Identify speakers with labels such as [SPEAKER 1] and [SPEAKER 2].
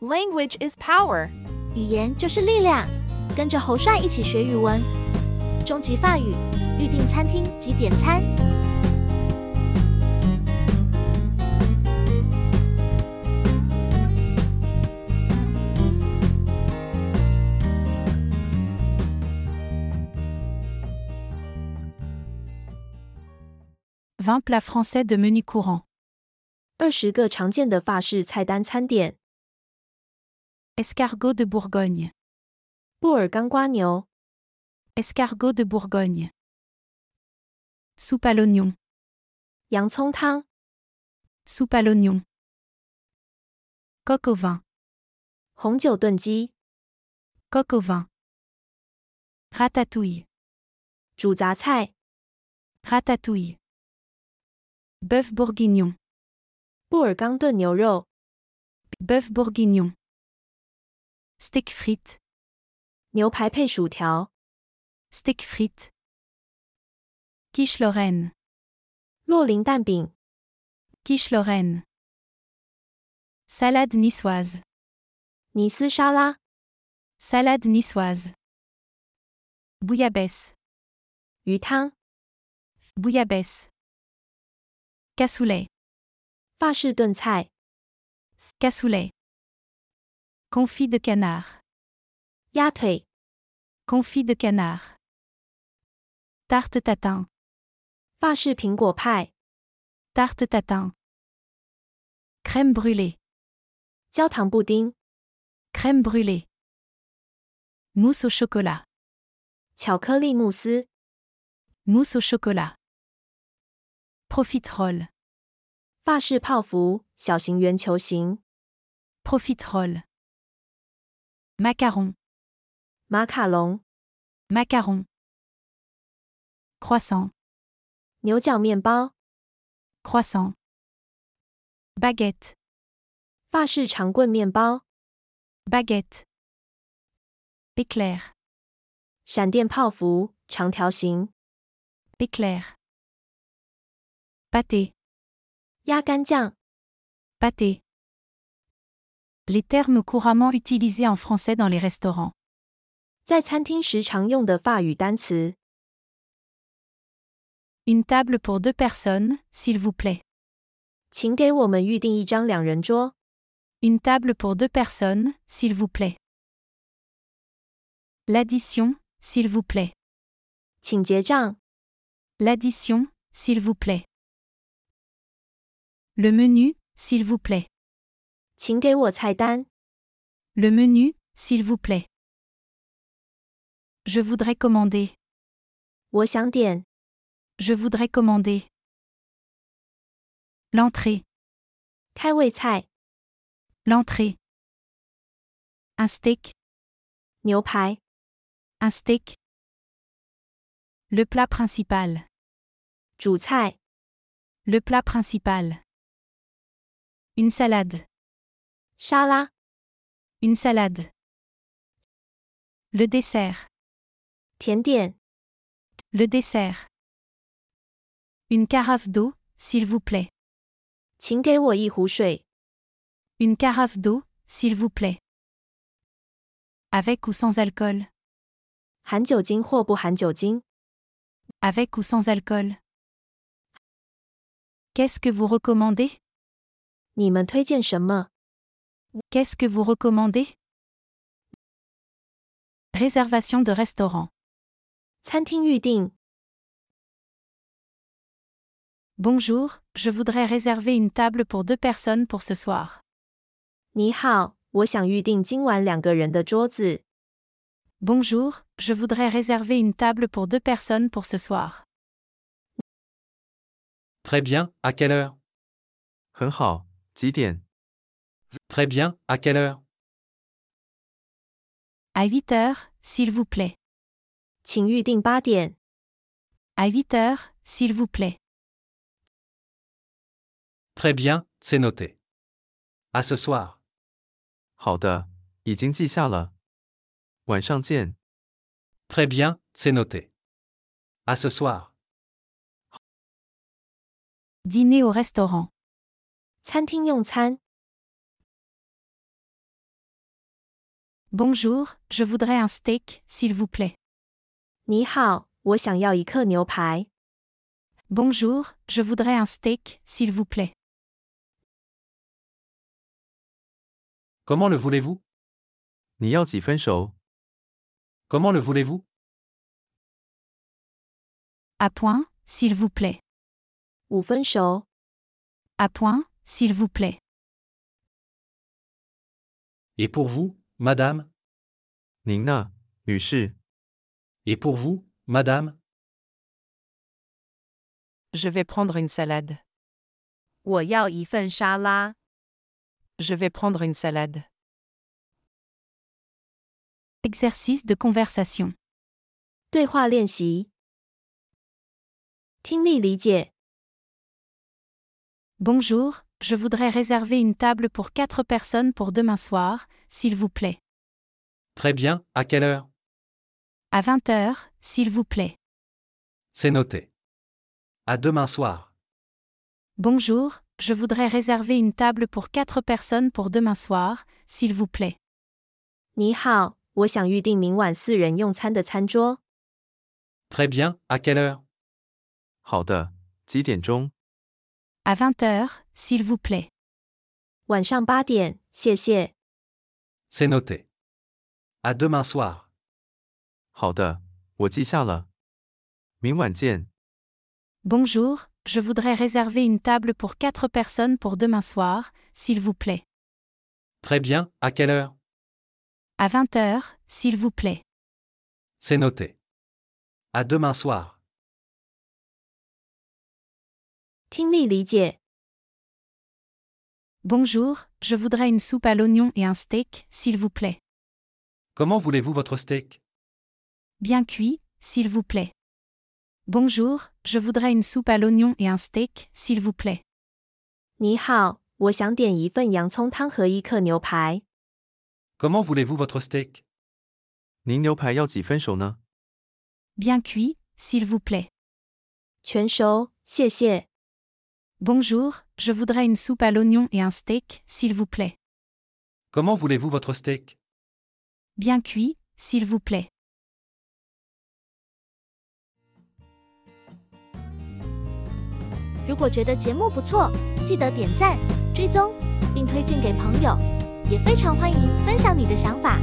[SPEAKER 1] Language is power.
[SPEAKER 2] 语言就是力量。跟着侯帅一起学语文，终极法语，预订餐厅及点餐。
[SPEAKER 3] 20 plats français de menu courant.
[SPEAKER 4] 二十个常见的法式菜单餐点：
[SPEAKER 3] Escargot de Bourgogne.
[SPEAKER 4] 布尔干瓜牛、
[SPEAKER 3] Escargot de Bourgogne. Soupe à l'oignon.
[SPEAKER 4] 洋葱汤、
[SPEAKER 3] Soupe à l'oignon. Coq au vin.
[SPEAKER 4] 红酒炖鸡、
[SPEAKER 3] Coq au vin. Ratatouille.
[SPEAKER 4] 煮杂菜、
[SPEAKER 3] Ratatouille. Bœuf bourguignon.
[SPEAKER 4] 布尔冈炖牛肉、
[SPEAKER 3] Bœuf bourguignon. Steak frites.
[SPEAKER 4] 牛排配薯条、
[SPEAKER 3] Steak frites. Quiche Lorraine.
[SPEAKER 4] 洛林蛋饼、
[SPEAKER 3] Quiche Lorraine. Salade niçoise.
[SPEAKER 4] 尼斯沙拉、
[SPEAKER 3] Salade niçoise. Bouillabaisse.
[SPEAKER 4] 鱼汤、
[SPEAKER 3] Bouillabaisse. Cassoulet.
[SPEAKER 4] 法式炖菜、
[SPEAKER 3] Cassoulet. Confit de canard.
[SPEAKER 4] 鸭腿、
[SPEAKER 3] Confit de canard. Tarte tatin.
[SPEAKER 4] 法式苹果派、
[SPEAKER 3] Tarte tatin. Crème brûlée.
[SPEAKER 4] 焦糖布丁、
[SPEAKER 3] Crème brûlée. Mousse au chocolat.
[SPEAKER 4] 巧克力慕斯、
[SPEAKER 3] Mousse au chocolat. Profiterole.
[SPEAKER 4] 法式泡芙、小型圆球形、
[SPEAKER 3] Profiterole. Macaron.
[SPEAKER 4] 马卡龙、
[SPEAKER 3] Macaron. Croissant.
[SPEAKER 4] 牛角面包、
[SPEAKER 3] Croissant. Baguette.
[SPEAKER 4] 法式长棍面包、
[SPEAKER 3] Baguette. Éclair.
[SPEAKER 4] 闪电泡芙、长条形、
[SPEAKER 3] Éclair. Pâté.
[SPEAKER 4] 鸭肝酱、
[SPEAKER 3] Pâté. Les termes couramment utilisés en français dans les restaurants.
[SPEAKER 4] 在餐厅时常用的法语单词。
[SPEAKER 3] Une table pour deux personnes, s'il vous plaît.
[SPEAKER 4] 请给我们预定一张两人桌。
[SPEAKER 3] Une table pour deux personnes, s'il vous plaît. L'addition, s'il vous plaît.
[SPEAKER 4] 请结账。
[SPEAKER 3] L'addition, s'il vous plaît. Le menu, s'il vous plaît.
[SPEAKER 4] 请给我菜单。
[SPEAKER 3] Le menu, s'il vous plaît. Je voudrais commander.
[SPEAKER 4] 我想点。
[SPEAKER 3] Je voudrais commander. L'entrée.
[SPEAKER 4] 开胃菜：
[SPEAKER 3] L'entrée. Un steak.
[SPEAKER 4] 牛排、
[SPEAKER 3] Un steak. Le plat principal.
[SPEAKER 4] 主菜、
[SPEAKER 3] Le plat principal. Une salade.
[SPEAKER 4] 沙拉、
[SPEAKER 3] Une salade. Le dessert.
[SPEAKER 4] 甜点、
[SPEAKER 3] Le dessert. Une carafe d'eau, s'il vous plaît.
[SPEAKER 4] 请给我一壶水。
[SPEAKER 3] Une carafe d'eau, s'il vous plaît. Avec ou sans alcool.
[SPEAKER 4] 含酒精或不含酒精。
[SPEAKER 3] Avec ou sans alcool. Qu'est-ce que vous recommandez
[SPEAKER 4] 你们推荐什么？
[SPEAKER 3] Qu'est-ce que vous recommandez Réservation de restaurant.
[SPEAKER 4] 餐厅预定。
[SPEAKER 3] Bonjour, je voudrais réserver une table pour deux personnes pour ce soir.
[SPEAKER 4] 你好，我想预定今晚两个人的桌子。
[SPEAKER 3] Bonjour, je voudrais réserver une table pour deux personnes pour ce soir.
[SPEAKER 5] Très bien, à quelle heure
[SPEAKER 6] 很好，几点？
[SPEAKER 5] Très bien, à quelle heure
[SPEAKER 3] À 8 heures, s'il vous plaît.
[SPEAKER 4] 请预定八点。
[SPEAKER 3] À 8 heures, s'il vous plaît.
[SPEAKER 5] Très bien, c'est noté. À ce soir.
[SPEAKER 6] 好的，已经记下了。晚上见。
[SPEAKER 5] Très bien, c'est noté. À ce soir.
[SPEAKER 3] Dîner au restaurant.
[SPEAKER 4] 餐厅用餐。
[SPEAKER 3] Bonjour, je voudrais un steak, s'il vous plaît.
[SPEAKER 4] 你好，我想要一克牛排。
[SPEAKER 3] Bonjour, je voudrais un steak, s'il vous plaît.
[SPEAKER 5] Comment le voulez-vous
[SPEAKER 6] 你要几分熟？
[SPEAKER 5] Comment le voulez-vous
[SPEAKER 3] À point, s'il vous plaît.
[SPEAKER 4] 五分熟，
[SPEAKER 3] À point, s'il vous plaît.
[SPEAKER 5] Et pour vous, madame
[SPEAKER 6] 您呢，女士？
[SPEAKER 5] Et pour vous, madame
[SPEAKER 1] Je vais prendre une salade.
[SPEAKER 7] 我要一份沙拉。
[SPEAKER 1] Je vais prendre une salade.
[SPEAKER 3] Exercice de conversation.
[SPEAKER 4] 对话练习，听力理解。
[SPEAKER 3] Bonjour, je voudrais réserver une table pour quatre personnes pour demain soir, s'il vous plaît.
[SPEAKER 5] Très bien, à quelle heure
[SPEAKER 3] À 20h, s'il vous plaît.
[SPEAKER 5] C'est noté. À demain soir.
[SPEAKER 3] Bonjour, je voudrais réserver une table pour quatre personnes pour demain soir, s'il vous plaît.
[SPEAKER 4] 你好，我想预定明晚四人用餐的餐桌。
[SPEAKER 5] Très bien, à quelle heure
[SPEAKER 6] 好的，几点钟？
[SPEAKER 3] À 20h, s'il vous plaît.
[SPEAKER 4] 晚上八点，谢谢。
[SPEAKER 5] C'est noté. À demain soir.
[SPEAKER 6] 好的，我记下了。明晚见。
[SPEAKER 3] Bonjour, je voudrais réserver une table pour quatre personnes pour demain soir, s'il vous plaît.
[SPEAKER 5] Très bien, à quelle heure
[SPEAKER 3] À 20h, s'il vous plaît.
[SPEAKER 5] C'est noté. À demain soir.
[SPEAKER 4] 听力理解。
[SPEAKER 3] Bonjour, je voudrais une soupe à l'oignon et un steak, s'il vous plaît.
[SPEAKER 5] Comment voulez-vous votre steak
[SPEAKER 3] Bien cuit, s'il vous plaît. Bonjour, je voudrais une soupe à l'oignon et un steak, s'il vous plaît.
[SPEAKER 4] 你好，我想点一份洋葱汤和一克牛排。
[SPEAKER 5] Comment voulez-vous votre steak
[SPEAKER 6] 您牛排要几分熟呢？
[SPEAKER 3] Bien cuit, s'il vous plaît.
[SPEAKER 4] 全熟，谢谢。
[SPEAKER 3] Bonjour, je voudrais une soupe à l'oignon et un steak, s'il vous plaît.
[SPEAKER 5] Comment voulez-vous votre steak
[SPEAKER 3] Bien cuit, s'il vous plaît.
[SPEAKER 2] Podcast 如果觉得节目不错，记得点赞、追踪，并推荐给朋友，也非常欢迎分享你的想法。